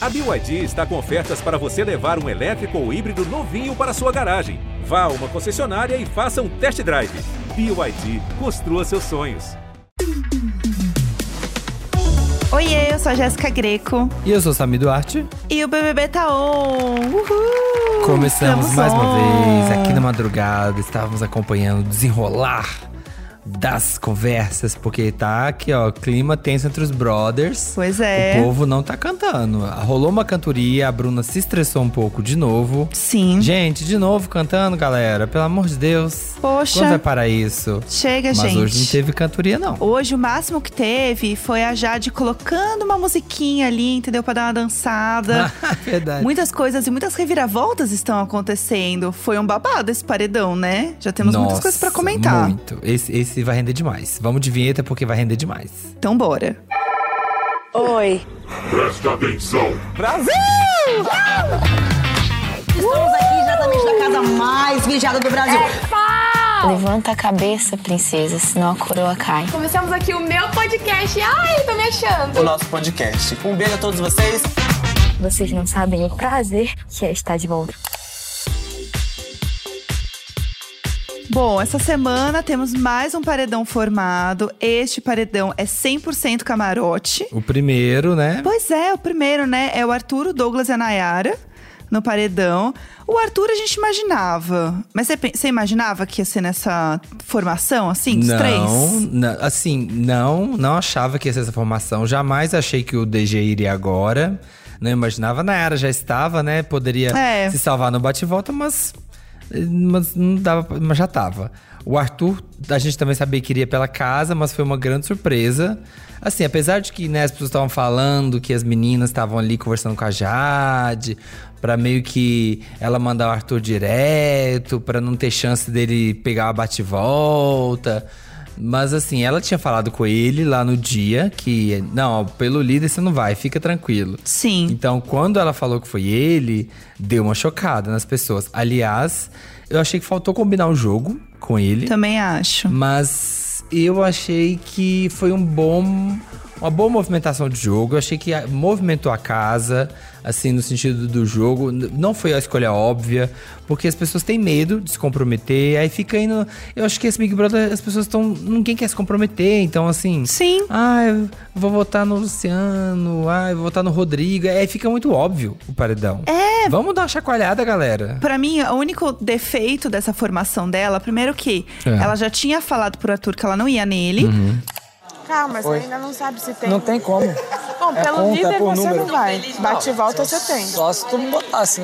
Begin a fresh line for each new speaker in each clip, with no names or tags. A BYD está com ofertas para você levar um elétrico ou híbrido novinho para sua garagem. Vá a uma concessionária e faça um test drive. BYD, construa seus sonhos.
Oiê, eu sou a Jéssica Greco
E eu sou Sami Duarte.
e o BBB tá on. Uhul!
Começamos
Estamos
mais uma
on.
vez aqui na madrugada. Estávamos acompanhando o desenrolar das conversas, porque tá aqui, ó, clima tenso entre os brothers.
Pois é.
O povo não tá cantando. Rolou uma cantoria, a Bruna se estressou um pouco de novo.
Sim.
Gente, de novo cantando, galera. Pelo amor de Deus. Quando vai
Poxa,
parar isso?
chega,
Mas
gente.
hoje não teve cantoria, não.
Hoje o máximo que teve foi a Jade colocando uma musiquinha ali, entendeu? Pra dar uma dançada.
É Verdade.
Muitas coisas e muitas reviravoltas estão acontecendo. Foi um babado esse paredão, né? Já temos muitas
Nossa,
coisas pra comentar.
Muito. Esse, esse vai render demais. Vamos de vinheta porque vai render demais.
Então bora.
Oi,
Presta atenção.
Brasil!
Estamos aqui diretamente da casa mais vigiada do Brasil.
Levanta a cabeça, princesa, senão a coroa cai.
Começamos aqui o meu podcast. Ai, tô me achando.
o nosso podcast. Um beijo a todos vocês.
Vocês não sabem o prazer que é estar de volta.
Bom, essa semana temos mais um paredão formado. Este paredão é 100% camarote.
O primeiro, né?
Pois é, o primeiro, né? É o Arthur, o Douglas e a Nayara no paredão. O Arthur a gente imaginava. Mas você pe- você imaginava que ia ser nessa formação, assim, dos
Não,
três?
não, assim, não, não achava que ia ser essa formação. Jamais achei que o DG iria agora. Não imaginava, na era já estava, né? Poderia
É.
se salvar no bate-volta, mas, mas não dava, pra- mas já tava. O Arthur, a gente também sabia que iria pela casa, mas foi uma grande surpresa. Assim, apesar de que né, as pessoas estavam falando que as meninas estavam ali conversando com a Jade, pra meio que ela mandar o Arthur direto, pra não ter chance dele pegar a bate-volta. Mas assim, ela tinha falado com ele lá no dia que, não, pelo líder você não vai, fica tranquilo.
Sim.
Então, quando ela falou que foi ele, deu uma chocada nas pessoas. Aliás, eu achei que faltou combinar o jogo com ele,
Também acho.
mas eu achei que foi um bom uma boa movimentação de jogo. Eu achei que a- movimentou a casa, assim, no sentido do jogo. N- Não foi a escolha óbvia, porque as pessoas têm medo de se comprometer. Aí fica indo. Eu acho que esse Big Brother, as pessoas estão. Ninguém quer se comprometer, então, assim.
Sim.
Ah, eu vou votar no Luciano. Ah, eu vou votar no Rodrigo. Aí fica muito óbvio o paredão. É. Vamos dar uma chacoalhada, galera.
Pra mim, o único defeito dessa formação dela, primeiro que
É. Uhum.
ela já tinha falado pro Arthur que ela não ia nele.
calma, você ainda não sabe se tem.
Não tem como.
Bom,
É
pelo
conta,
líder
é por
você
número.
não vai. Bate e volta você tem.
Só se tu botar assim.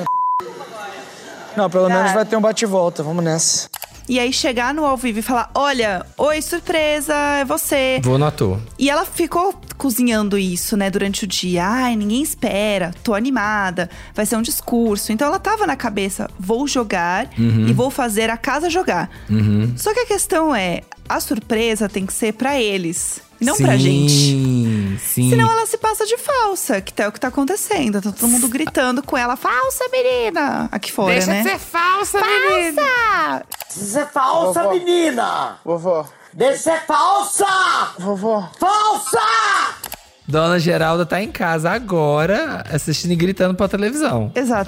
Não, pelo menos vai ter um bate-volta. Vamos nessa.
E aí chegar no ao vivo e falar: Olha, oi, surpresa, é você.
Vou no ator.
E ela ficou cozinhando isso, né, durante o dia. Ai, ninguém espera, tô animada, vai ser um discurso. Então ela tava na cabeça, vou jogar
Uhum.
e vou fazer a casa jogar. Só que a questão é, a surpresa tem que ser pra eles, e não pra gente.
Sim, sim.
Senão ela se passa de falsa, que é o que tá acontecendo. Tá todo mundo gritando com ela, falsa menina! Aqui fora,
Deixa
né?
de ser falsa, menina.
Falsa!
Isso é falsa, menina! Vovó. Deixa é falsa! Vovó. Falsa!
Dona Geralda tá em casa agora, assistindo e gritando pra televisão. Deixa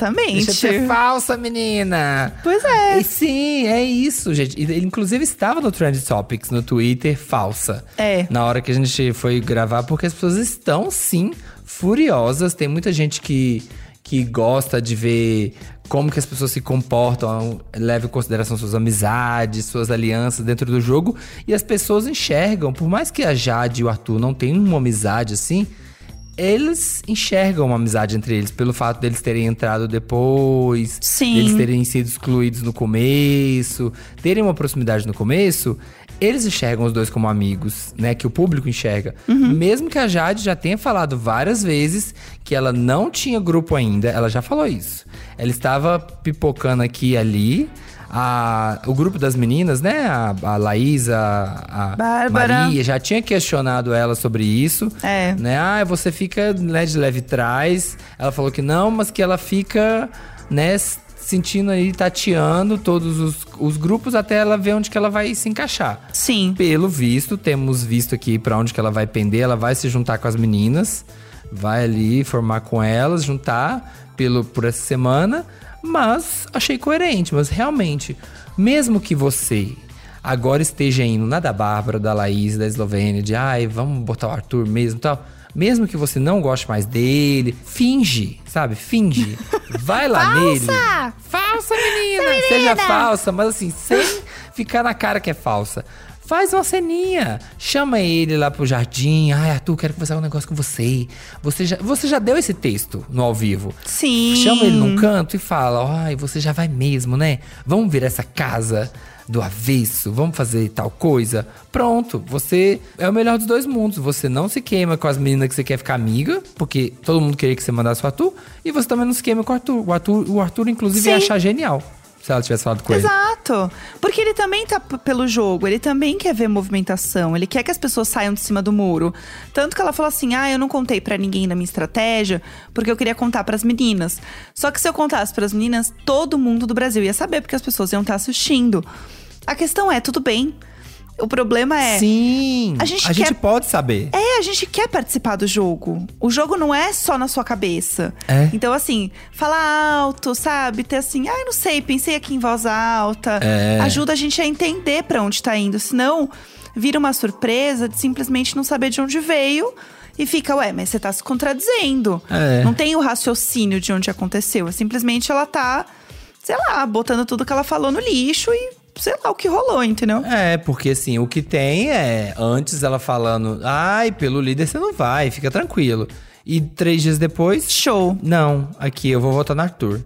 de ser
Exatamente.
falsa, menina!
Pois é.
E sim, é isso, gente. E Ele, inclusive, estava no Trend Topics, no Twitter, falsa.
É.
Na hora que a gente foi gravar, porque as pessoas estão, sim, furiosas. Tem muita gente que, que gosta de ver como que as pessoas se comportam, leva em consideração suas amizades, suas alianças dentro do jogo. E as pessoas enxergam, por mais que a Jade e o Arthur não tenham uma amizade assim, eles enxergam uma amizade entre eles, pelo fato deles terem entrado depois,
Sim.
deles terem sido excluídos no começo, terem uma proximidade no começo, eles enxergam os dois como amigos, né? Que o público enxerga.
Uhum.
Mesmo que a Jade já tenha falado várias vezes que ela não tinha grupo ainda, ela já falou isso. Ela estava pipocando aqui e ali. A- o grupo das meninas, né? A, a Laís, a, a
Bárbara.
Maria, já tinha questionado ela sobre isso
É.
né? Ah, você fica né, de leve trás. Ela falou que não, mas que ela fica, né, s- sentindo aí, tateando todos os, os grupos até ela ver onde que ela vai se encaixar.
Sim.
Pelo visto, temos visto aqui pra onde que ela vai pender, ela vai se juntar com as meninas. vai ali formar com elas, juntar pelo, por essa semana. Mas achei coerente, mas realmente, mesmo que você agora esteja indo na da Bárbara, da Laís, da Eslovênia, de ai, vamos botar o Arthur mesmo e tal. Mesmo que você não goste mais dele, finge, sabe? Finge. Vai lá nele. Falsa, menina. Seja falsa, mas assim, sem ficar na cara que é falsa. Faz uma ceninha. Chama ele lá pro jardim. Ai, Arthur, quero conversar um negócio com você. Você já, você já deu esse texto no ao vivo.
Sim.
Chama ele
Hum.
num canto e fala: Ai, você já vai mesmo, né? Vamos ver essa casa do avesso, vamos fazer tal coisa. Pronto, você é o melhor dos dois mundos. Você não se queima com as meninas que você quer ficar amiga, porque todo mundo queria que você mandasse o Arthur, e você também não se queima com o Arthur. O Arthur, o Arthur inclusive, ia
Sim.
achar genial se ela tivesse falado com ele.
Exato. Porque ele também tá p- pelo jogo, ele também quer ver movimentação, ele quer que as pessoas saiam de cima do muro. Tanto que ela falou assim: "Ah, eu não contei pra ninguém da minha estratégia, porque eu queria contar pras meninas". Só que se eu contasse pras meninas, todo mundo do Brasil ia saber porque as pessoas iam estar assistindo. A questão é, tudo bem. O problema é
Sim!
A gente
a gente
quer-
pode saber.
é, a gente quer participar do jogo. O jogo não é só na sua cabeça.
É.
Então, assim, falar alto, sabe? Ter assim, ai, não sei, pensei aqui em voz alta.
É.
Ajuda a gente a entender pra onde tá indo. Senão, vira uma surpresa de simplesmente não saber de onde veio. E fica, ué, mas você tá se contradizendo.
É.
Não tem o raciocínio de onde aconteceu. É simplesmente ela tá, sei lá, botando tudo que ela falou no lixo e sei lá o que rolou, entendeu?
É, porque assim, o que tem é antes ela falando, ai, pelo líder você não vai, fica tranquilo. E três dias depois,
Show.
não, aqui eu vou votar no Arthur.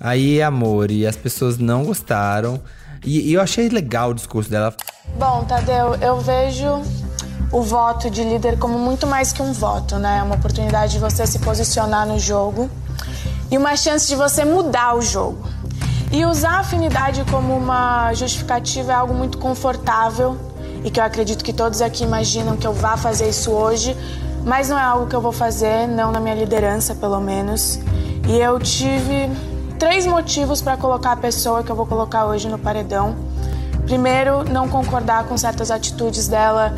Aí, amor, e as pessoas não gostaram. E, e eu achei legal o discurso dela.
Bom, Tadeu, eu vejo o voto de líder como muito mais que um voto, né? É uma oportunidade de você se posicionar no jogo e uma chance de você mudar o jogo. E usar a afinidade como uma justificativa é algo muito confortável e que eu acredito que todos aqui imaginam que eu vá fazer isso hoje, mas não é algo que eu vou fazer, não na minha liderança, pelo menos. E eu tive três motivos para colocar a pessoa que eu vou colocar hoje no paredão. Primeiro, não concordar com certas atitudes dela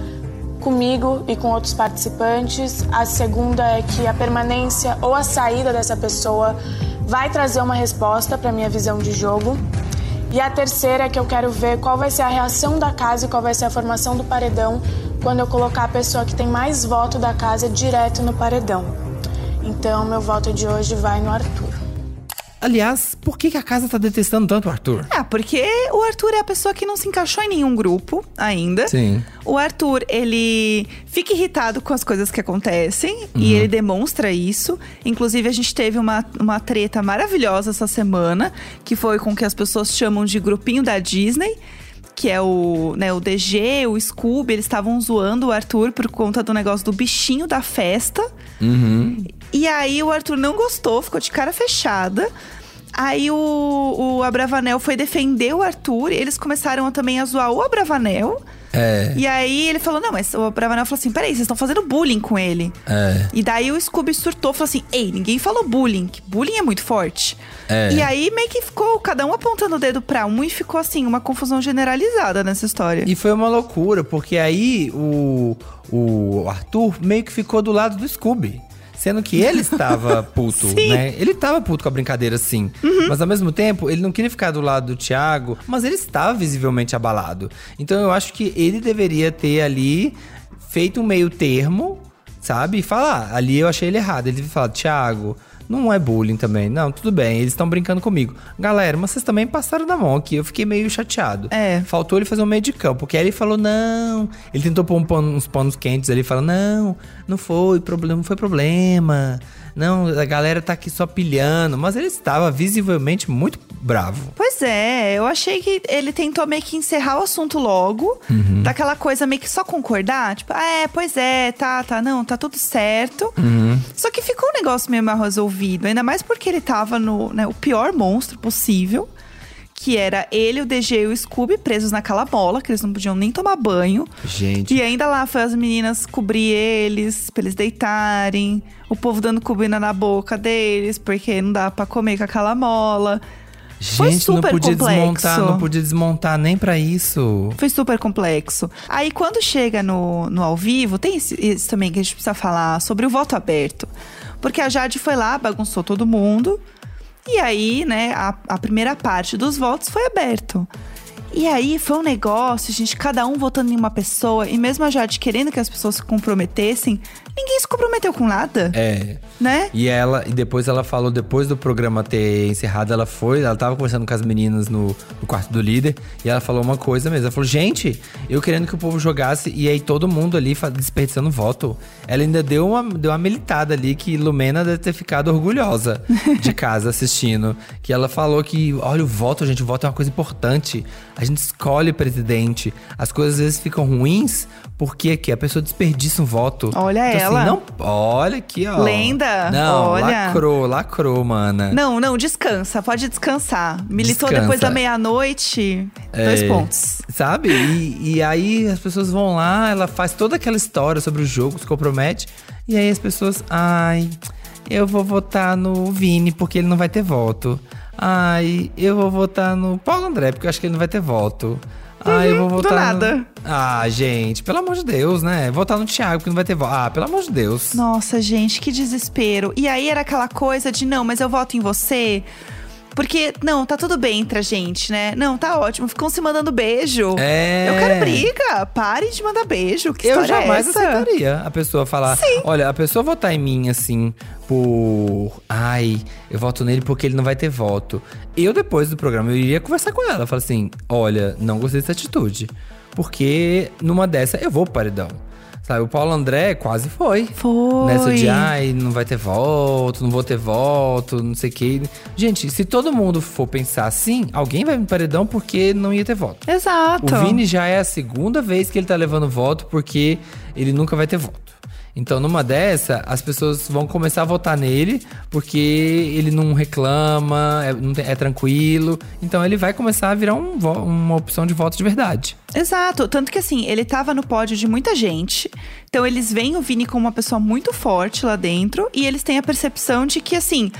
comigo e com outros participantes. A segunda é que a permanência ou a saída dessa pessoa vai trazer uma resposta para minha visão de jogo. E a terceira é que eu quero ver qual vai ser a reação da casa e qual vai ser a formação do paredão quando eu colocar a pessoa que tem mais voto da casa direto no paredão. Então, meu voto de hoje vai no Arthur.
Aliás, por que, que a casa tá detestando tanto o Arthur?
Ah, porque o Arthur é a pessoa que não se encaixou em nenhum grupo ainda.
Sim.
O Arthur, ele fica irritado com as coisas que acontecem
Uhum.
e ele demonstra isso. Inclusive, a gente teve uma, uma treta maravilhosa essa semana, que foi com o que as pessoas chamam de grupinho da Disney. Que é o, né, o DG, o Scooby, eles estavam zoando o Arthur por conta do negócio do bichinho da festa. E aí o Arthur não gostou, ficou de cara fechada. Aí o, o Abravanel foi defender o Arthur, e eles começaram a também a zoar o Abravanel.
É,
E aí ele falou: não, mas o Abravanel falou assim: peraí, vocês estão fazendo bullying com ele.
é.
E daí o Scooby surtou, falou assim: Ei, ninguém falou bullying, que bullying é muito forte.
É.
E aí meio que ficou cada um apontando o dedo pra um e ficou assim, uma confusão generalizada nessa história.
E foi uma loucura, porque aí o, o Arthur meio que ficou do lado do Scooby. Sendo que ele estava puto, né? Ele estava puto com a brincadeira, sim. Mas ao mesmo tempo, ele não queria ficar do lado do Thiago, mas ele estava visivelmente abalado. Então eu acho que ele deveria ter ali feito um meio termo, sabe? E falar. "Ah, Ali eu achei ele errado. Ele devia falar, Thiago, não é bullying também. Não, tudo bem, eles estão brincando comigo. Galera, mas vocês também passaram da mão aqui. Eu fiquei meio chateado.
É.
Faltou ele fazer um meio de campo, porque aí ele falou, não. Ele tentou pôr um pano- uns panos quentes ali e falou, não, não foi, problema, não foi problema. Não, a galera tá aqui só pilhando. Mas ele estava visivelmente muito bravo.
Pois é, eu achei que ele tentou meio que encerrar o assunto logo, daquela coisa meio que só concordar, tipo, ah, é, pois é, tá, tá, não, tá tudo certo. Só que ficou um negócio meio mal resolvido, ainda mais porque ele tava no, né, o pior monstro possível, que era ele, o DG e o Scooby presos na calabola, que eles não podiam nem tomar banho.
Gente.
E ainda lá foi as meninas cobrir eles, pra eles deitarem. O povo dando cubina na boca deles, porque não dá pra comer com aquela mola. Foi
Gente, não
super
podia
complexo.
desmontar, não podia desmontar nem pra isso.
Foi super complexo. Aí quando chega no, no ao vivo, tem esse- isso também que a gente precisa falar sobre o voto aberto. Porque a Jade foi lá, bagunçou todo mundo. E aí, né, a, a primeira parte dos votos foi aberto. E aí foi um negócio, gente, cada um votando em uma pessoa. E mesmo a Jade querendo que as pessoas se comprometessem, ninguém se comprometeu com nada,
É.
né?
E ela, e depois ela falou, depois do programa ter encerrado, ela foi, ela tava conversando com as meninas no, no quarto do líder, e ela falou uma coisa mesmo. Ela falou, gente, eu querendo que o povo jogasse, e aí todo mundo ali fa- desperdiçando voto. Ela ainda deu uma, deu uma militada ali que Lumena deve ter ficado orgulhosa de casa assistindo. Que ela falou que, olha, o voto, gente, o voto é uma coisa importante. A gente escolhe presidente. As coisas às vezes ficam ruins porque que a pessoa desperdiça um voto.
Olha
Então, assim,
ela.
não Olha aqui, ó.
Lenda?
Não,
Olha.
lacrou, lacrou, mana.
Não, não, descansa, pode descansar. Militou
Descansa.
depois da meia-noite, dois
É.
pontos.
Sabe? E, e aí as pessoas vão lá, ela faz toda aquela história sobre o jogo, se compromete. E aí as pessoas, ai, eu vou votar no Vini porque ele não vai ter voto. Ai, eu vou votar no Paulo André porque eu acho que ele não vai ter voto. Ai, eu vou
Uhum, do
votar. no-
nada.
Ah, gente, pelo amor de Deus, né? Votar no Thiago porque não vai ter voto. Ah, pelo amor de Deus.
Nossa, gente, que desespero. E aí era aquela coisa de, não, mas eu voto em você. Porque, não, tá tudo bem entre a gente, né? Não, tá ótimo. Ficam se mandando beijo.
É.
Eu quero briga. Pare de mandar beijo. Que
Eu
história
jamais
é essa?
aceitaria a pessoa falar. Olha, a pessoa votar em mim assim por. Ai, eu voto nele porque ele não vai ter voto. Eu, depois do programa, eu iria conversar com ela. Falar assim: olha, não gostei dessa atitude. Porque numa dessa eu vou pro paredão. Sabe, o Paulo André quase foi.
Foi.
Nessa de, "Ah, ai, não vai ter voto, não vou ter voto, não sei o quê. Gente, se todo mundo for pensar assim, alguém vai no paredão porque não ia ter voto.
Exato.
O Vini já é a segunda vez que ele tá levando voto porque ele nunca vai ter voto. Então, numa dessa, as pessoas vão começar a votar nele porque ele não reclama, é, não tem- é tranquilo. Então, ele vai começar a virar um vo- uma opção de voto de verdade.
Exato. Tanto que assim, ele tava no pódio de muita gente. Então eles veem o Vini como uma pessoa muito forte lá dentro. E eles têm a percepção de que assim.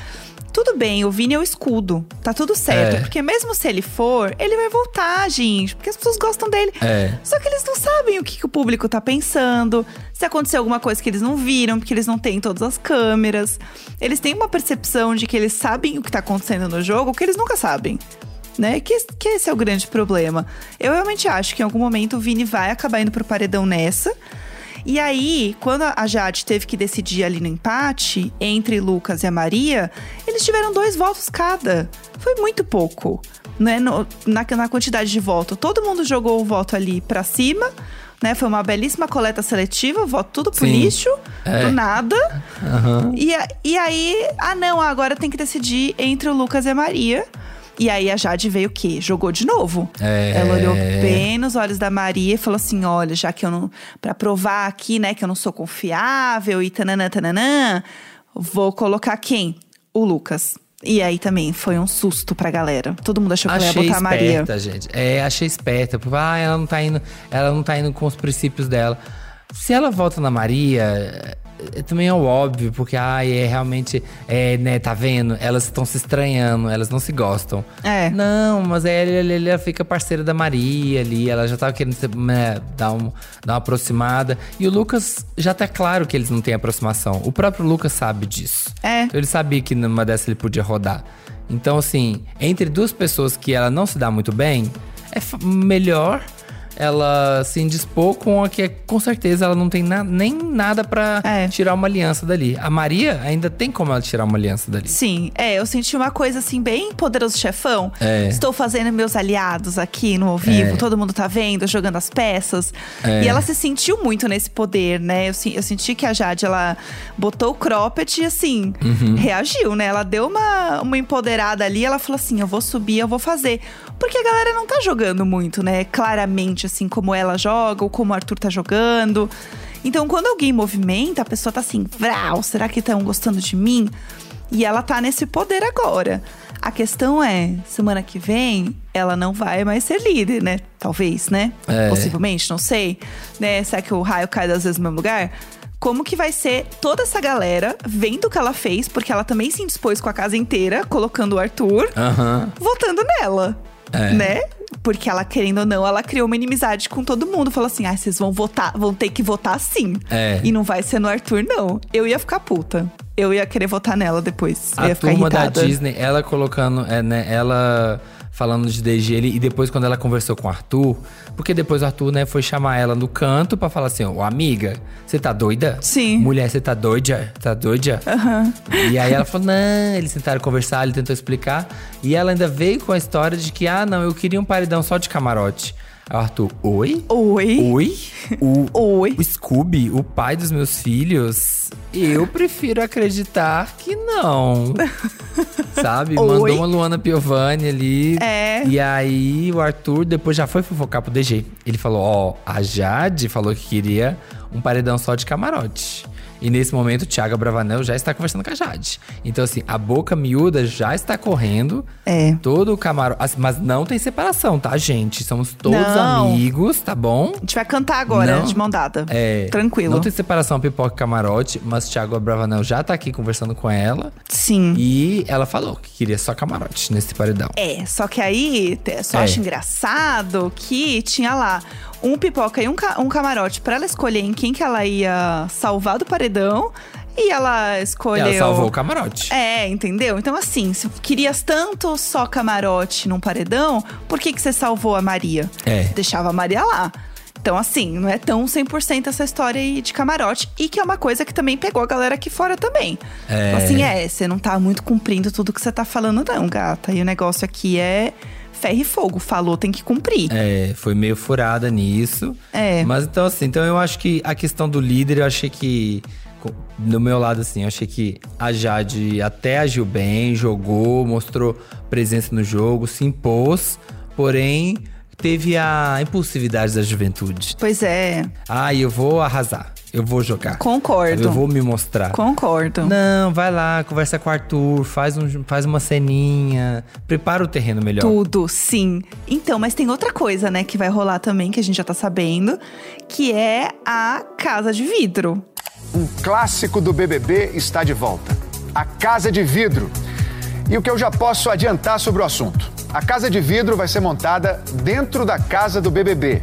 Tudo bem, o Vini é o escudo. Tá tudo certo.
É.
Porque mesmo se ele for, ele vai voltar, gente. Porque as pessoas gostam dele.
É.
Só que eles não sabem o que, que o público tá pensando. Se aconteceu alguma coisa que eles não viram, porque eles não têm todas as câmeras. Eles têm uma percepção de que eles sabem o que tá acontecendo no jogo, que eles nunca sabem. Né? Que, que esse é o grande problema. Eu realmente acho que em algum momento o Vini vai acabar indo pro paredão nessa. E aí, quando a Jade teve que decidir ali no empate entre Lucas e a Maria, eles tiveram dois votos cada. Foi muito pouco, né? no- na, na quantidade de voto. Todo mundo jogou o voto ali pra cima, né? Foi uma belíssima coleta seletiva, voto tudo pro
Sim.
lixo,
É.
do nada.
Aham.
E, a- e aí, ah não, agora tem que decidir entre o Lucas e a Maria. E aí a Jade veio o quê? Jogou de novo.
É.
Ela olhou bem nos olhos da Maria e falou assim: olha, já que eu não. Pra provar aqui, né, que eu não sou confiável e tananã, tananã, vou colocar quem? O Lucas. E aí também foi um susto pra galera. Todo mundo achou que ela ia
Achei
botar a Maria.
esperta, gente. É, achei esperta. Tipo, ah, ela não tá indo, ela não tá indo com os princípios dela. Se ela volta na Maria, é, também é o óbvio, porque ai, é realmente, é, né, tá vendo? Elas estão se estranhando, elas não se gostam.
É.
Não, mas aí ela, ela, ela fica parceira da Maria ali, ela já tava querendo se- né, dar, um, dar uma aproximada. E o Lucas já tá claro que eles não têm aproximação. O próprio Lucas sabe disso.
É.
Então ele sabia que numa dessa ele podia rodar. Então, assim, entre duas pessoas que ela não se dá muito bem, é fa- melhor ela se indispor com a que com certeza ela não tem na- nem nada pra
É.
tirar uma aliança dali. A Maria ainda tem como ela tirar uma aliança dali.
Sim, é, eu senti uma coisa assim, bem poderoso chefão.
É.
Estou fazendo meus aliados aqui no ao vivo, todo mundo tá vendo, jogando as peças. E ela se sentiu muito nesse poder, né? Eu, se- eu senti que a Jade, ela botou o cropped e assim, reagiu, né? Ela deu uma, uma empoderada ali, ela falou assim: eu vou subir, eu vou fazer. Porque a galera não tá jogando muito, né? Claramente, assim, como ela joga ou como o Arthur tá jogando. Então, quando alguém movimenta, a pessoa tá assim, vral, será que estão gostando de mim? E ela tá nesse poder agora. A questão é, semana que vem, ela não vai mais ser líder, né? Talvez, né?
É.
Possivelmente, não sei. Né? Será que o raio cai das vezes no mesmo lugar? como que vai ser toda essa galera vendo o que ela fez, porque ela também se indispôs com a casa inteira, colocando o Arthur,
Aham.
votando nela.
É.
Né? Porque ela, querendo ou não, ela criou uma inimizade com todo mundo. Falou assim: ah, vocês vão votar, vão ter que votar sim.
É.
E não vai ser no Arthur, não. Eu ia ficar puta. Eu ia querer votar nela depois. Eu
A
ia ficar
turma da
irritada.
Disney, ela colocando, é, né, ela falando de desde ele e depois quando ela conversou com o Arthur, porque depois o Arthur, né, foi chamar ela no canto pra falar assim, ô amiga, você tá doida?
Sim.
Mulher, você tá doida? Tá doida? E aí ela falou, não, eles tentaram conversar, ele tentou explicar, e ela ainda veio com a história de que, ah, não, eu queria um paredão só de camarote. Aí o Arthur, oi?
Oi.
Oi? O,
Oi.
o Scooby, o pai dos meus filhos, eu prefiro acreditar que não.
Oi.
Sabe? Mandou uma Luana Piovani ali.
É.
E aí o Arthur depois já foi fofocar pro DG. Ele falou: Ó, a Jade falou que queria um paredão só de camarote. E nesse momento, o Thiago Bravanel já está conversando com a Jade. Então, assim, a boca miúda já está correndo.
É.
Todo o camarote. assim, Mas não tem separação, tá, gente? Somos todos
Não.
amigos, tá bom?
A gente vai cantar agora,
Não.
de mão dada.
É,
Tranquilo.
Não tem separação pipoca e camarote, mas Thiago Abravanel já tá aqui conversando com ela.
Sim.
E ela falou que queria só camarote nesse paredão.
É, só que aí, te- só
É.
acho engraçado que tinha lá um pipoca e um, ca- um camarote pra ela escolher em quem que ela ia salvar do paredão. E ela escolheu.
Ela salvou o camarote.
É, entendeu? Então, assim, se querias tanto só camarote num paredão, por que, que você salvou a Maria?
É.
Deixava a Maria lá. Então, assim, não é tão 100% essa história aí de camarote. E que é uma coisa que também pegou a galera aqui fora também. É. Assim, é, você não tá muito cumprindo tudo que você tá falando, não, gata. E o negócio aqui é ferro e fogo. Falou, tem que cumprir.
É, foi meio furada nisso.
É.
Mas então, assim, então eu acho que a questão do líder, eu achei que. co- Do meu lado, assim, eu achei que a Jade até agiu bem, jogou, mostrou presença no jogo, se impôs, porém teve a impulsividade da juventude.
Pois é,
Ah, eu vou arrasar, eu vou jogar.
Concordo.
Eu vou me mostrar.
concordo.
Não, vai lá, conversa com o Arthur, faz, um, faz uma ceninha, prepara o terreno melhor.
Tudo, sim. Então, mas tem outra coisa, né, que vai rolar também, que a gente já tá sabendo, que é a casa de vidro.
Um clássico do BBB está de volta. A Casa de Vidro. E o que eu já posso adiantar sobre o assunto? A Casa de Vidro vai ser montada dentro da casa do BBB.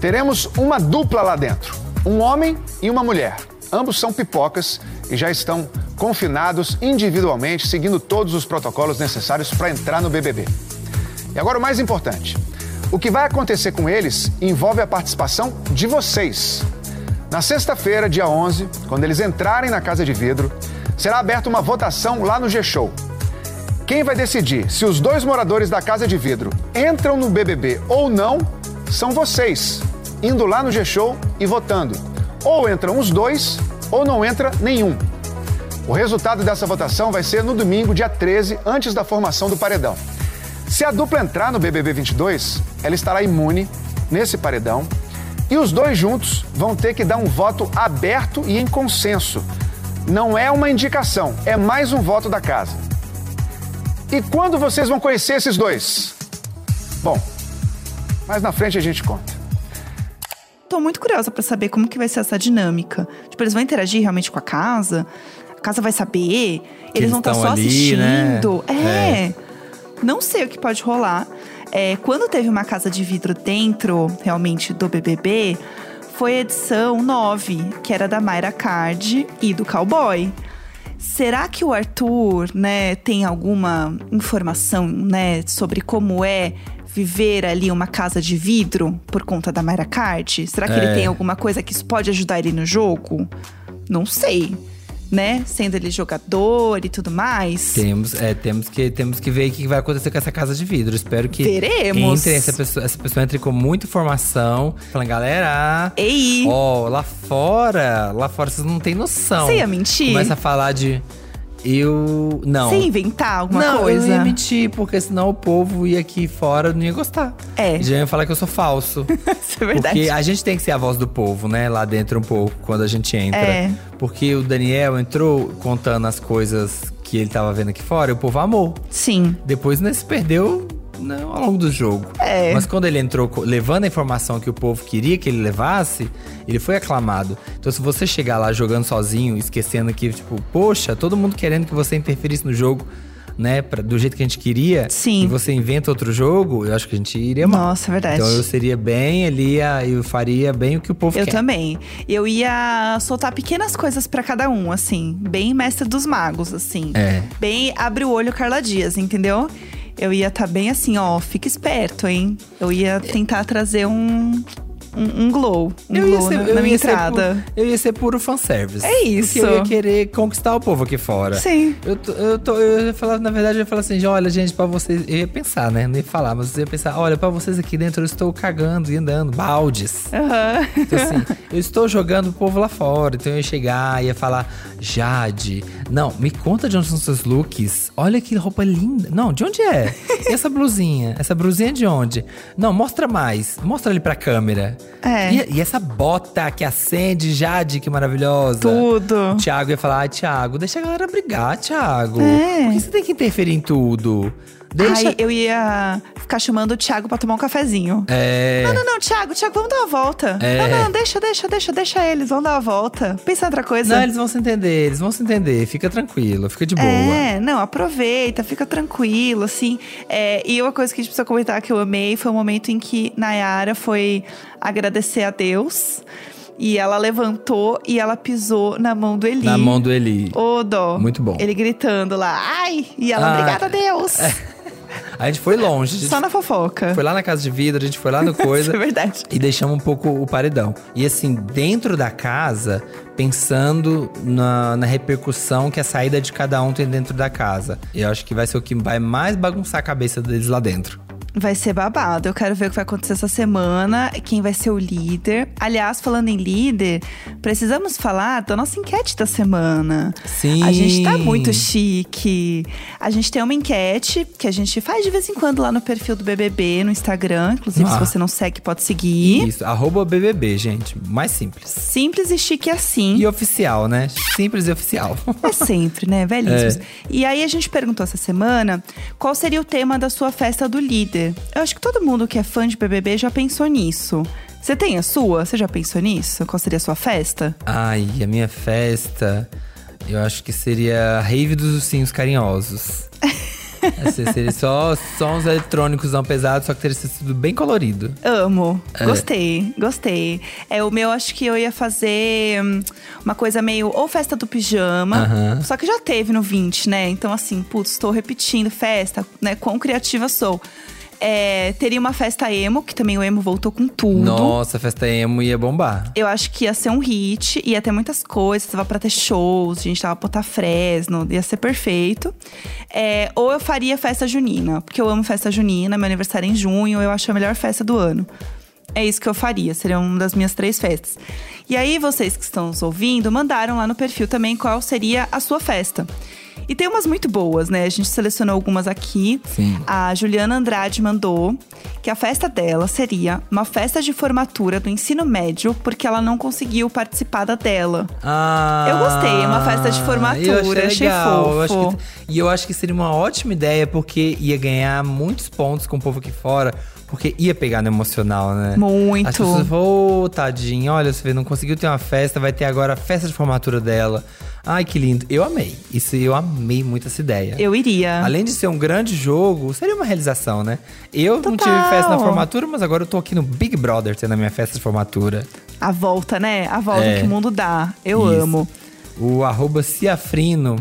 Teremos uma dupla lá dentro: um homem e uma mulher. Ambos são pipocas e já estão confinados individualmente, seguindo todos os protocolos necessários para entrar no BBB. E agora o mais importante: o que vai acontecer com eles envolve a participação de vocês. Na sexta-feira, dia 11, quando eles entrarem na Casa de Vidro, será aberta uma votação lá no G-Show. Quem vai decidir se os dois moradores da Casa de Vidro entram no BBB ou não são vocês, indo lá no G-Show e votando. Ou entram os dois ou não entra nenhum. O resultado dessa votação vai ser no domingo, dia 13, antes da formação do paredão. Se a dupla entrar no BBB 22, ela estará imune nesse paredão. E os dois juntos vão ter que dar um voto aberto e em consenso. Não é uma indicação, é mais um voto da casa. E quando vocês vão conhecer esses dois? Bom, mais na frente a gente conta.
Tô muito curiosa pra saber como que vai ser essa dinâmica. Tipo, eles vão interagir realmente com a casa? A casa vai saber? eles vão estar
eles
só
tão ali,
assistindo?
né?
É. Não sei o que pode rolar. É, quando teve uma casa de vidro dentro, realmente, do BBB, foi a edição 9, que era da Mayra Card e do Cowboy. Será que o Arthur, né, tem alguma informação, né, sobre como é viver ali uma casa de vidro por conta da Mayra Card? Será que
É.
ele tem alguma coisa que isso pode ajudar ele no jogo? Não sei, né? Sendo ele jogador e tudo mais.
Temos, é, temos que, temos que ver o que vai acontecer com essa casa de vidro. Espero que
Veremos.
entre essa pessoa, essa pessoa entre com muita informação, falando galera,
Ei!
ó, lá fora, lá fora vocês não têm noção.
Você ia mentir?
Começa a falar de eu não.
Você ia inventar alguma
não,
coisa?
eu ia mentir, porque senão o povo ia aqui fora não ia gostar.
É.
Já ia falar que eu sou falso.
Isso é verdade.
Porque a gente tem que ser a voz do povo, né? Lá dentro um pouco, quando a gente entra.
É.
Porque o Daniel entrou contando as coisas que ele tava vendo aqui fora e o povo amou.
Sim.
Depois, né, se perdeu Não, ao longo do jogo.
É.
Mas quando ele entrou co- levando a informação que o povo queria que ele levasse, ele foi aclamado. Então se você chegar lá jogando sozinho, esquecendo que, tipo, poxa, todo mundo querendo que você interferisse no jogo, né, pra- do jeito que a gente queria,
Sim.
e você inventa outro jogo, eu acho que a gente iria mal.
Nossa, é verdade.
Então eu seria bem ali, a- eu faria bem o que o povo
Eu
quer.
também. Eu ia soltar pequenas coisas pra cada um, assim. Bem mestre dos magos, assim.
É.
Bem abre o olho Carla Dias, entendeu? Eu ia estar bem assim, ó, fica esperto, hein? Eu ia tentar trazer um, um, um glow. Um
Eu ia
glow
ser-
na,
eu
na minha
ia ser
entrada.
pu- eu ia ser puro fanservice.
É isso.
Porque eu ia querer conquistar o povo aqui fora.
Sim.
Eu, tô- eu, tô- eu ia falar, na verdade, eu ia falar assim, olha, gente, pra vocês. Eu ia pensar, né? Não ia falar, mas eu ia pensar, olha, pra vocês aqui dentro eu estou cagando e andando, baldes.
Aham.
Então, assim, eu estou jogando o povo lá fora. Então eu ia chegar, ia falar, Jade, não, me conta de onde são seus looks. Olha que roupa linda. Não, de onde é? E essa blusinha? Essa blusinha é de onde? Não, mostra mais. Mostra ali pra câmera.
É.
E, e essa bota que acende, Jade, que maravilhosa.
Tudo.
O Thiago ia falar, ah, Thiago, deixa a galera brigar, Thiago. Por que você tem que interferir em tudo? Deixa.
Aí É. eu ia ficar chamando o Thiago pra tomar um cafezinho. Ah,
É.
Não, não, não, Thiago, Thiago, vamos dar uma volta.
É.
Não, não, deixa, deixa, deixa, deixa eles, vamos dar uma volta. Pensa em outra coisa.
Não, eles vão se entender, eles vão se entender. Fica tranquilo, fica de boa.
É, não, aproveita, fica tranquilo, assim. É, e uma coisa que a gente precisa comentar que eu amei foi o momento em que Nayara foi agradecer a Deus. E ela levantou e ela pisou na mão do Eli.
Na mão do Eli.
Ô, dó.
Muito bom.
Ele gritando lá, ai! E ela,
Ah.
obrigada a Deus!
A gente foi longe, a gente
Só na fofoca.
foi lá na casa de vidro, a gente foi lá no
Isso é
coisa
verdade.
e deixamos um pouco o paredão. E assim, dentro da casa, pensando na, na repercussão que a saída de cada um tem dentro da casa. Eu acho que vai ser o que vai mais bagunçar a cabeça deles lá dentro.
Vai ser babado. Eu quero ver o que vai acontecer essa semana, quem vai ser o líder. Aliás, falando em líder, precisamos falar da nossa enquete da semana.
Sim.
A gente tá muito chique. A gente tem uma enquete que a gente faz de vez em quando lá no perfil do BBB, no Instagram. Inclusive,
Ah.
se você não segue, pode seguir.
Isso, arroba BBB, gente. Mais simples.
Simples e chique assim.
E oficial, né? Simples e oficial.
É sempre, né? Velhíssimos.
É.
E aí a gente perguntou essa semana qual seria o tema da sua festa do líder. Eu acho que todo mundo que é fã de BBB já pensou nisso. Você tem a sua? Você já pensou nisso? Qual seria a sua festa?
Ai, a minha festa, eu acho que seria a rave dos ursinhos carinhosos. Assim, seria só sons eletrônicos não pesados, só que teria sido bem colorido.
Amo.
É.
Gostei, gostei. É, o meu acho que eu ia fazer hum, uma coisa meio ou festa do pijama,
Aham.
só que já teve no 20, né? Então assim, putz, estou repetindo festa, né? Quão criativa sou. É, teria uma festa emo, que também o emo voltou com tudo.
Nossa, a festa emo ia bombar.
Eu acho que ia ser um hit, ia ter muitas coisas, tava pra ter shows, a gente tava pra botar Fresno, ia ser perfeito. É, ou eu faria festa junina, porque eu amo festa junina, meu aniversário é em junho, eu acho a melhor festa do ano. É isso que eu faria, seria uma das minhas três festas. E aí, vocês que estão nos ouvindo, mandaram lá no perfil também qual seria a sua festa. E tem umas muito boas, né? A gente selecionou algumas aqui.
Sim.
A Juliana Andrade mandou que a festa dela seria uma festa de formatura do ensino médio, porque ela não conseguiu participar da dela.
Ah,
Eu gostei, é uma festa de formatura,
eu achei,
achei
legal, eu
fofo.
acho que- e eu acho que seria uma ótima ideia, porque ia ganhar muitos pontos com o povo aqui fora, porque ia pegar no emocional, né?
Muito.
As pessoas vão, "Ô, tadinho, olha, você vê, não conseguiu ter uma festa, vai ter agora a festa de formatura dela. Ai, que lindo. Eu amei. Isso, eu amei muito essa ideia.
Eu iria.
Além de ser um grande jogo, seria uma realização, né? Eu não
Total.
tive festa na formatura, mas agora eu tô aqui no Big Brother tendo a minha festa de formatura.
A volta, né? A volta
É.
que o mundo dá. Eu
Isso.
amo.
O arroba Ciafrino,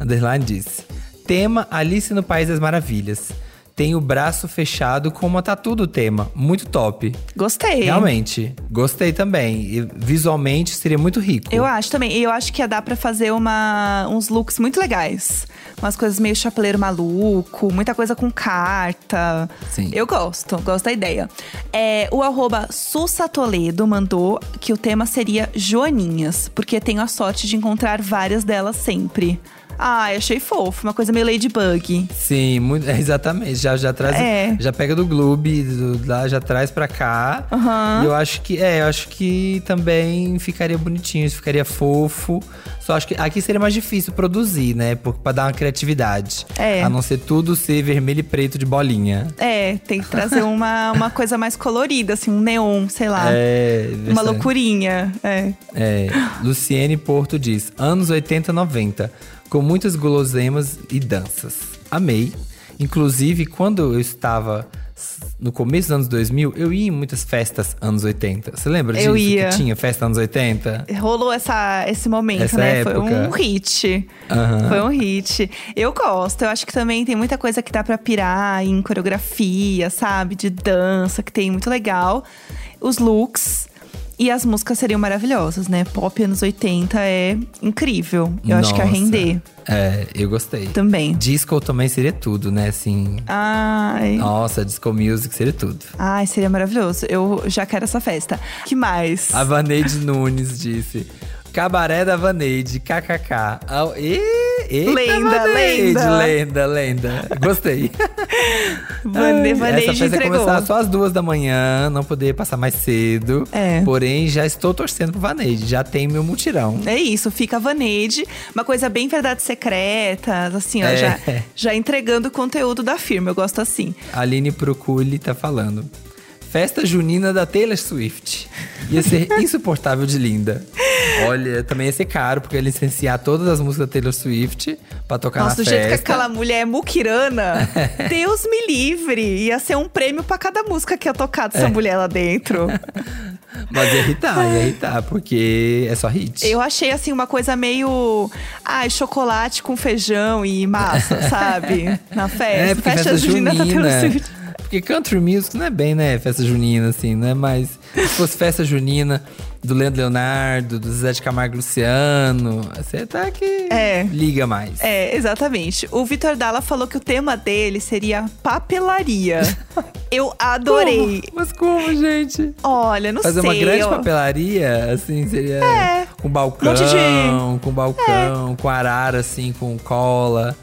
underline, disse. Tema Alice no País das Maravilhas. Tem o braço fechado com uma tatu do tema. Muito top.
Gostei.
Realmente. Gostei também. E visualmente seria muito rico.
Eu acho também. E eu acho que ia dar pra fazer uma, uns looks muito legais. Umas coisas meio chapeleiro maluco, muita coisa com carta.
Sim.
Eu gosto, gosto da ideia. É, o arroba Sussa Toledo mandou que o tema seria Joaninhas, porque tenho a sorte de encontrar várias delas sempre. Ai, achei fofo. Uma coisa meio Ladybug.
Sim, muito, é, exatamente. Já, já traz.
É.
Já pega do Gloob, do- lá, já traz pra cá.
Aham.
E eu acho que. É, eu acho que também ficaria bonitinho, isso ficaria fofo. Só acho que aqui seria mais difícil produzir, né? Por, pra dar uma criatividade.
É.
A não ser tudo ser vermelho e preto de bolinha.
É, tem que trazer uma, uma coisa mais colorida, assim, um neon, sei lá.
É,
uma
verdade.
loucurinha. É.
É, Luciene Porto diz: anos 80, 90, com muitas guloseimas e danças. Amei. Inclusive, quando eu estava s- no começo dos anos 2000, eu ia em muitas festas anos 80. Você lembra disso?
Eu ia.
Que tinha festa anos 80?
Rolou essa, esse momento,
Essa
né? Foi
época.
um hit.
Aham.
Foi um hit. Eu gosto. Eu acho que também tem muita coisa que dá pra pirar em coreografia, sabe? De dança, que tem muito legal. Os looks. E as músicas seriam maravilhosas, né? Pop anos 80 é incrível. Eu acho que ia
Nossa.
render
É, eu gostei.
também.
Disco também seria tudo, né? Assim.
Ai.
Nossa, disco music seria tudo.
Ai, seria maravilhoso. Eu já quero essa festa. Que mais?
A Vaneide Nunes disse. Cabaré da Vaneide, kkk. Au- E, eita,
Lenda,
Vaneide,
lenda.
lenda, lenda. Gostei.
Vane-
Essa
Vaneide
festa ia
entregou.
começar só às duas da manhã, não poder passar mais cedo.
É.
Porém, já estou torcendo pro Vaneide, já tem meu mutirão.
É isso, fica a Vaneide. Uma coisa bem verdade secreta, assim, ó,
É.
já, já entregando o conteúdo da firma. Eu gosto assim.
Aline Proculi tá falando. Festa junina da Taylor Swift. Ia ser insuportável de linda. Olha, também ia ser caro, porque ia licenciar todas as músicas da Taylor Swift pra tocar
Nossa,
na
do jeito que
festa.
aquela mulher é muquirana, Deus me livre! Ia ser um prêmio pra cada música que ia tocar
É.
dessa mulher lá dentro.
Mas tá, ia irritar, ia irritar, porque é só hit.
Eu achei, assim, uma coisa meio. Ai, chocolate com feijão e massa, sabe? Na festa.
é, porque festa,
junina tá da Taylor
junina.
Swift.
Porque country music não é bem, né? Festa junina, assim, né? Mas se fosse festa junina do Leandro Leonardo, do Zé de Camargo e Luciano, você tá que
É.
liga mais.
É, exatamente. O Vitor Dalla falou que o tema dele seria papelaria. Eu adorei.
Como? Mas como, gente?
Olha, não
Fazer
sei.
uma grande
eu-
papelaria, assim, seria
É.
com balcão,
Monte de- É.
com balcão, com arara, assim, com cola,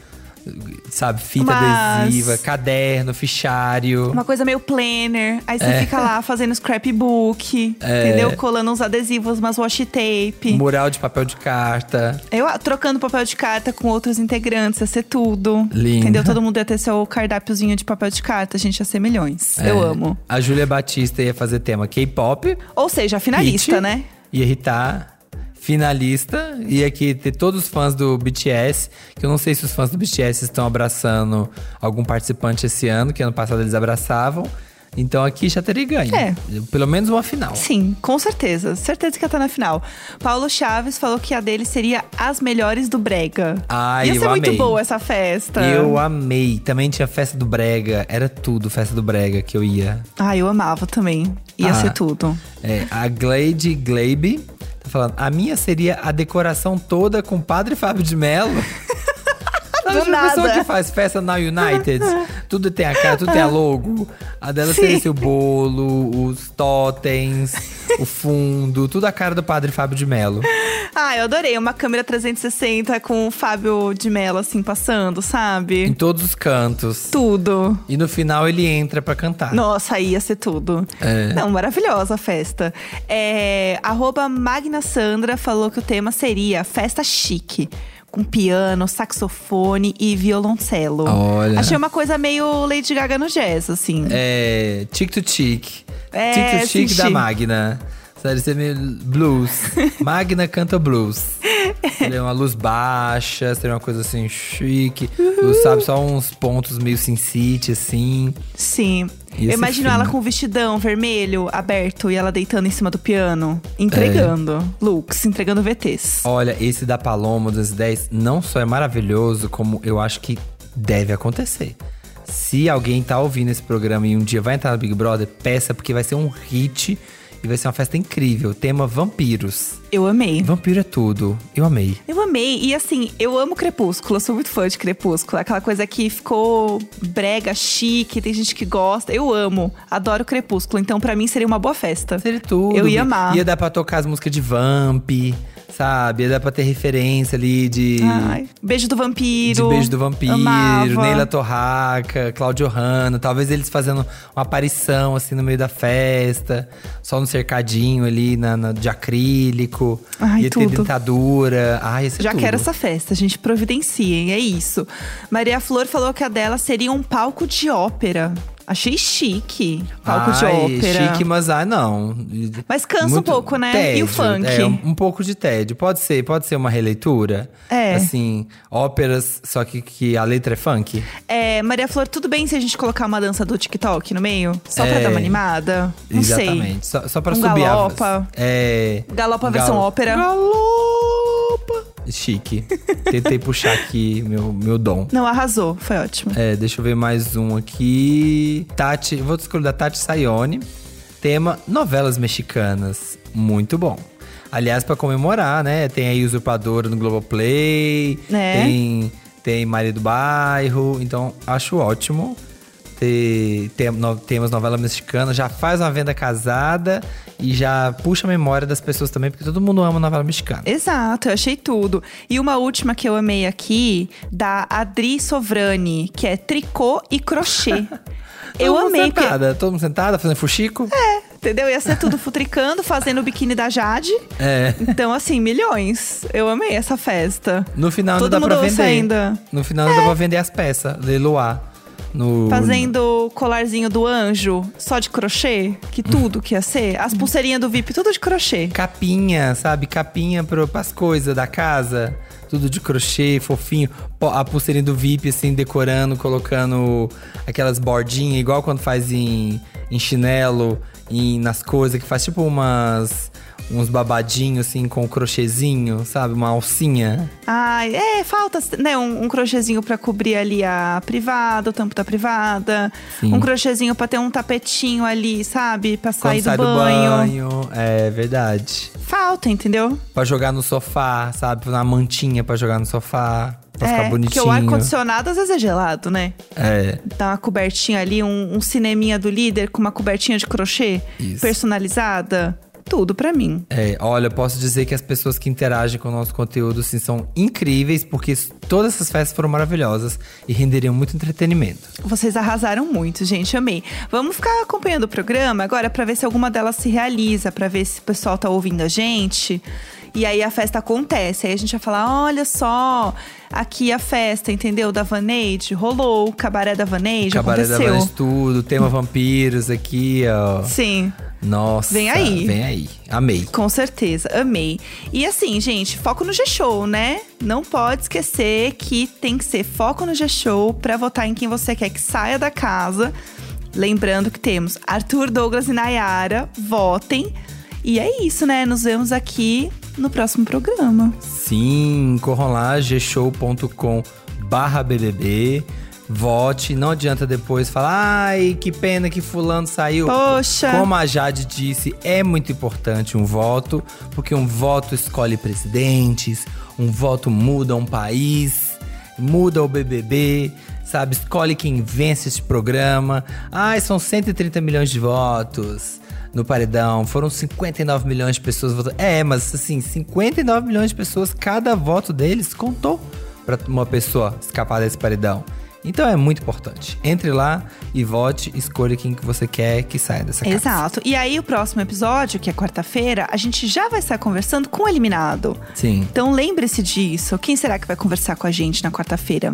sabe, fita
Mas-
adesiva, caderno, fichário.
Uma coisa meio planner. Aí você
É.
fica lá fazendo scrapbook, entendeu? Colando uns adesivos, umas washi tape.
Mural de papel de carta.
Eu ah, trocando papel de carta com outros integrantes, ia ser tudo.
Lindo.
Entendeu? Todo mundo ia ter seu cardápiozinho de papel de carta, a gente ia ser milhões. Eu
É,
amo.
A Júlia Batista ia fazer tema K-pop.
Ou seja, a finalista,
hit,
né?
Ia irritar. Finalista. Ia aqui ter todos os fãs do BTS. Que eu não sei se os fãs do BTS estão abraçando algum participante esse ano, que ano passado eles abraçavam. Então aqui já teria ganho.
É.
Pelo menos uma final.
Sim, com certeza. Certeza que ia tá na final. Paulo Chaves falou que a dele seria As Melhores do Brega.
Ai,
ia ser
eu
muito
amei.
boa essa festa.
Eu amei. Também tinha festa do Brega. Era tudo festa do Brega que eu ia.
Ai, eu amava também. Ia
Ah.
ser tudo.
É, a Glade Glabe tá falando. A minha seria a decoração toda com o Padre Fábio de Mello. Sabe
Do
aquela Tá, pessoa
nada.
que faz festa na United? tudo tem a cara, tudo tem a logo. A dela
Sim.
seria seu bolo, os totens, o fundo, tudo a cara do Padre Fábio de Mello.
Ah, eu adorei. Uma câmera 360 com o Fábio de Mello, assim, passando, sabe?
Em todos os cantos.
Tudo.
E no final ele entra pra cantar.
Nossa, aí ia ser tudo.
É.
Não, maravilhosa a festa. É, arroba Magna Sandra falou que o tema seria festa chique. Com piano, saxofone e violoncelo.
Olha.
Achei uma coisa meio Lady Gaga no jazz, assim.
É. Tic to tic.
É,
tic to tic
sim,
da
sim.
Magna. Sério, você é meio blues. Magna canta blues. Seria uma luz baixa, seria uma coisa assim chique. Luz, sabe, só uns pontos meio sin city, assim.
Sim.
Ia
Eu
ser
imagino
fino.
ela com um vestidão vermelho aberto e ela deitando em cima do piano, entregando
É.
looks, entregando VTs.
Olha, esse da Paloma dos 10 não só é maravilhoso, como eu acho que deve acontecer. Se alguém tá ouvindo esse programa e um dia vai entrar no Big Brother, peça, porque vai ser um hit e vai ser uma festa incrível. Tema vampiros.
Eu amei.
Vampiro é tudo. Eu amei.
Eu amei. E assim, eu amo Crepúsculo. Eu sou muito fã de Crepúsculo. Aquela coisa que ficou brega, chique, tem gente que gosta. Eu amo. Adoro Crepúsculo. Então, pra mim, seria uma boa festa.
Seria tudo.
Eu ia
Bi.
amar.
Ia dar pra tocar as músicas de Vamp, sabe? Dá pra ter referência ali de.
Ai, beijo do vampiro.
De Beijo do Vampiro,
Amava.
Neila Torraca, Claudio Hanna. Talvez eles fazendo uma aparição, assim, no meio da festa. Só no cercadinho ali, na, na- de acrílico.
Ai,
ia ter
tudo.
dentadura. Ai, esse
Já quero essa festa, gente. Providenciem, é isso. Maria Flor falou que a dela seria um palco de ópera. Achei chique. Palco de ópera.
chique, mas ah, não.
Mas cansa um pouco, né?
tédio,
E o funk?
É, um, um pouco de tédio. Pode ser, pode ser uma releitura.
É.
Assim, óperas, só que, que a letra é funk.
É, Maria Flor, tudo bem se a gente colocar uma dança do TikTok no meio? Só pra
É.
dar uma animada? Não sei.
Exatamente. Só, só pra
Um
subir a...
galopa.
É...
Galopa versão
Gal-
ópera.
Galopa! Chique. Tentei puxar aqui meu, meu dom.
Não, arrasou. Foi ótimo.
É, deixa eu ver mais um aqui. Tati, vou escolher da Tati Sayone. Tema novelas mexicanas. Muito bom. Aliás, pra comemorar, né? Tem aí Usurpadora no Globoplay.
É.
Tem, tem Maria do Bairro. Então, acho ótimo ter, ter no, temas novela mexicana. Já faz uma venda casada e já puxa a memória das pessoas também, porque todo mundo ama novela mexicana.
Exato, eu achei tudo. E uma última que eu amei aqui, da Adri Sovrani, que é tricô e crochê. eu
Todo mundo
amei, porque-
Sentada, Todo mundo sentada, fazendo fuxico.
entendeu? Ia ser tudo futricando, fazendo o biquíni da Jade.
é.
Então, assim, milhões. Eu amei essa festa.
No final
Todo
não dá pra
mundo
vender.
usa ainda. É.
No final não dá pra vender as peças, leiloar. No,
Fazendo o colarzinho do anjo, só de crochê, que
Hum.
tudo que ia ser. As pulseirinhas do VIP, tudo de crochê.
Capinha, sabe? Capinha pro, pras coisas da casa. Tudo de crochê, fofinho. Po- A pulseirinha do VIP, assim, decorando, colocando aquelas bordinhas, igual quando faz em, em chinelo, em, nas coisas, que faz tipo umas. Uns babadinhos, assim, com crochêzinho, sabe? Uma alcinha.
Ai, é, falta né, um, um crochêzinho pra cobrir ali a privada, o tampo da privada.
Sim.
Um crochêzinho pra ter um tapetinho ali, sabe? Pra sair
quando sai
do banho.
do banho. É verdade.
Falta, entendeu?
Pra jogar no sofá, sabe? Na mantinha pra jogar no sofá. Pra ficar
é, porque
bonitinho.
o ar-condicionado às vezes é gelado, né?
É,
Dá uma cobertinha ali, um, um cineminha do líder com uma cobertinha de crochê
Isso.
personalizada. Tudo pra mim.
é. Olha, eu posso dizer que as pessoas que interagem com o nosso conteúdo assim, são incríveis, porque s- todas essas festas foram maravilhosas e renderiam muito entretenimento.
Vocês arrasaram muito, gente. Amei. Vamos ficar acompanhando o programa agora pra ver se alguma delas se realiza, pra ver se o pessoal tá ouvindo a gente. E aí a festa acontece. Aí a gente vai falar: olha só, aqui a festa, entendeu? Da Vaneide. Rolou o cabaré da Vaneide.
Cabaré da
aconteceu.
Vanessa, tudo, tema vampiros aqui, ó.
Sim.
Nossa.
Vem aí.
Vem aí. Amei.
Com certeza, amei. E assim, gente, foco no G-Show, né? Não pode esquecer que tem que ser foco no G-Show pra votar em quem você quer que saia da casa. Lembrando que temos Arthur, Douglas e Nayara, votem. E é isso, né? Nos vemos aqui no próximo programa.
Sim, corram lá, gshow.com barra BBB. Vote, não adianta depois falar, ai, que pena que fulano saiu.
Poxa.
Como a Jade disse, é muito importante um voto, porque um voto escolhe presidentes, um voto muda um país, muda o BBB, sabe? Escolhe quem vence esse programa. Ai, são 130 milhões de votos no paredão, foram 59 milhões de pessoas votando. É, mas assim, 59 milhões de pessoas, cada voto deles contou para uma pessoa escapar desse paredão. Então é muito importante. Entre lá e vote, escolha quem que você quer que saia dessa casa.
Exato. E aí, o próximo episódio, que é quarta-feira, a gente já vai estar conversando com o eliminado.
Sim.
Então lembre-se disso. Quem será que vai conversar com a gente na quarta-feira?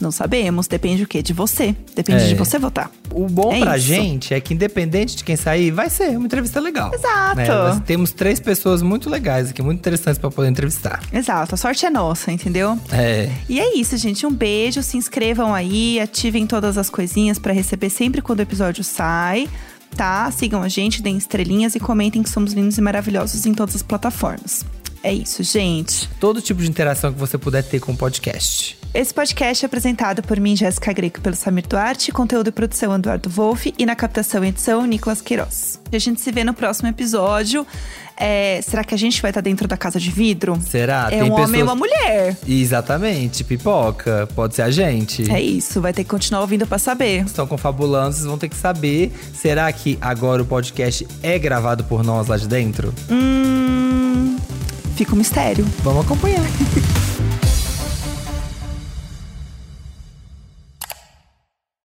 Não sabemos. Depende o quê? De você. Depende
É.
de você votar.
O bom
É
pra
isso.
gente é que, independente de quem sair, vai ser uma entrevista legal.
Exato.
Né? Nós temos três pessoas muito legais aqui, muito interessantes pra poder entrevistar.
Exato. A sorte é nossa, entendeu?
É.
E é isso, gente. Um beijo. Se inscrevam aí, ativem todas as coisinhas pra receber sempre quando o episódio sai. Tá? Sigam a gente, deem estrelinhas e comentem que somos lindos e maravilhosos em todas as plataformas. É isso, gente.
Todo tipo de interação que você puder ter com o podcast.
Esse podcast é apresentado por mim, Jéssica Greco, e pelo Samir Duarte, conteúdo e produção Eduardo Wolff e na captação e edição Nicolas Queiroz. E a gente se vê no próximo episódio. É, será que a gente vai estar dentro da casa de vidro?
Será?
É um homem e uma mulher.
Exatamente, pipoca. Pode ser a gente.
É isso, vai ter que continuar ouvindo pra saber.
Estão confabulando, vocês vão ter que saber. Será que agora o podcast é gravado por nós lá de dentro?
Hum, Fica um mistério.
Vamos acompanhar.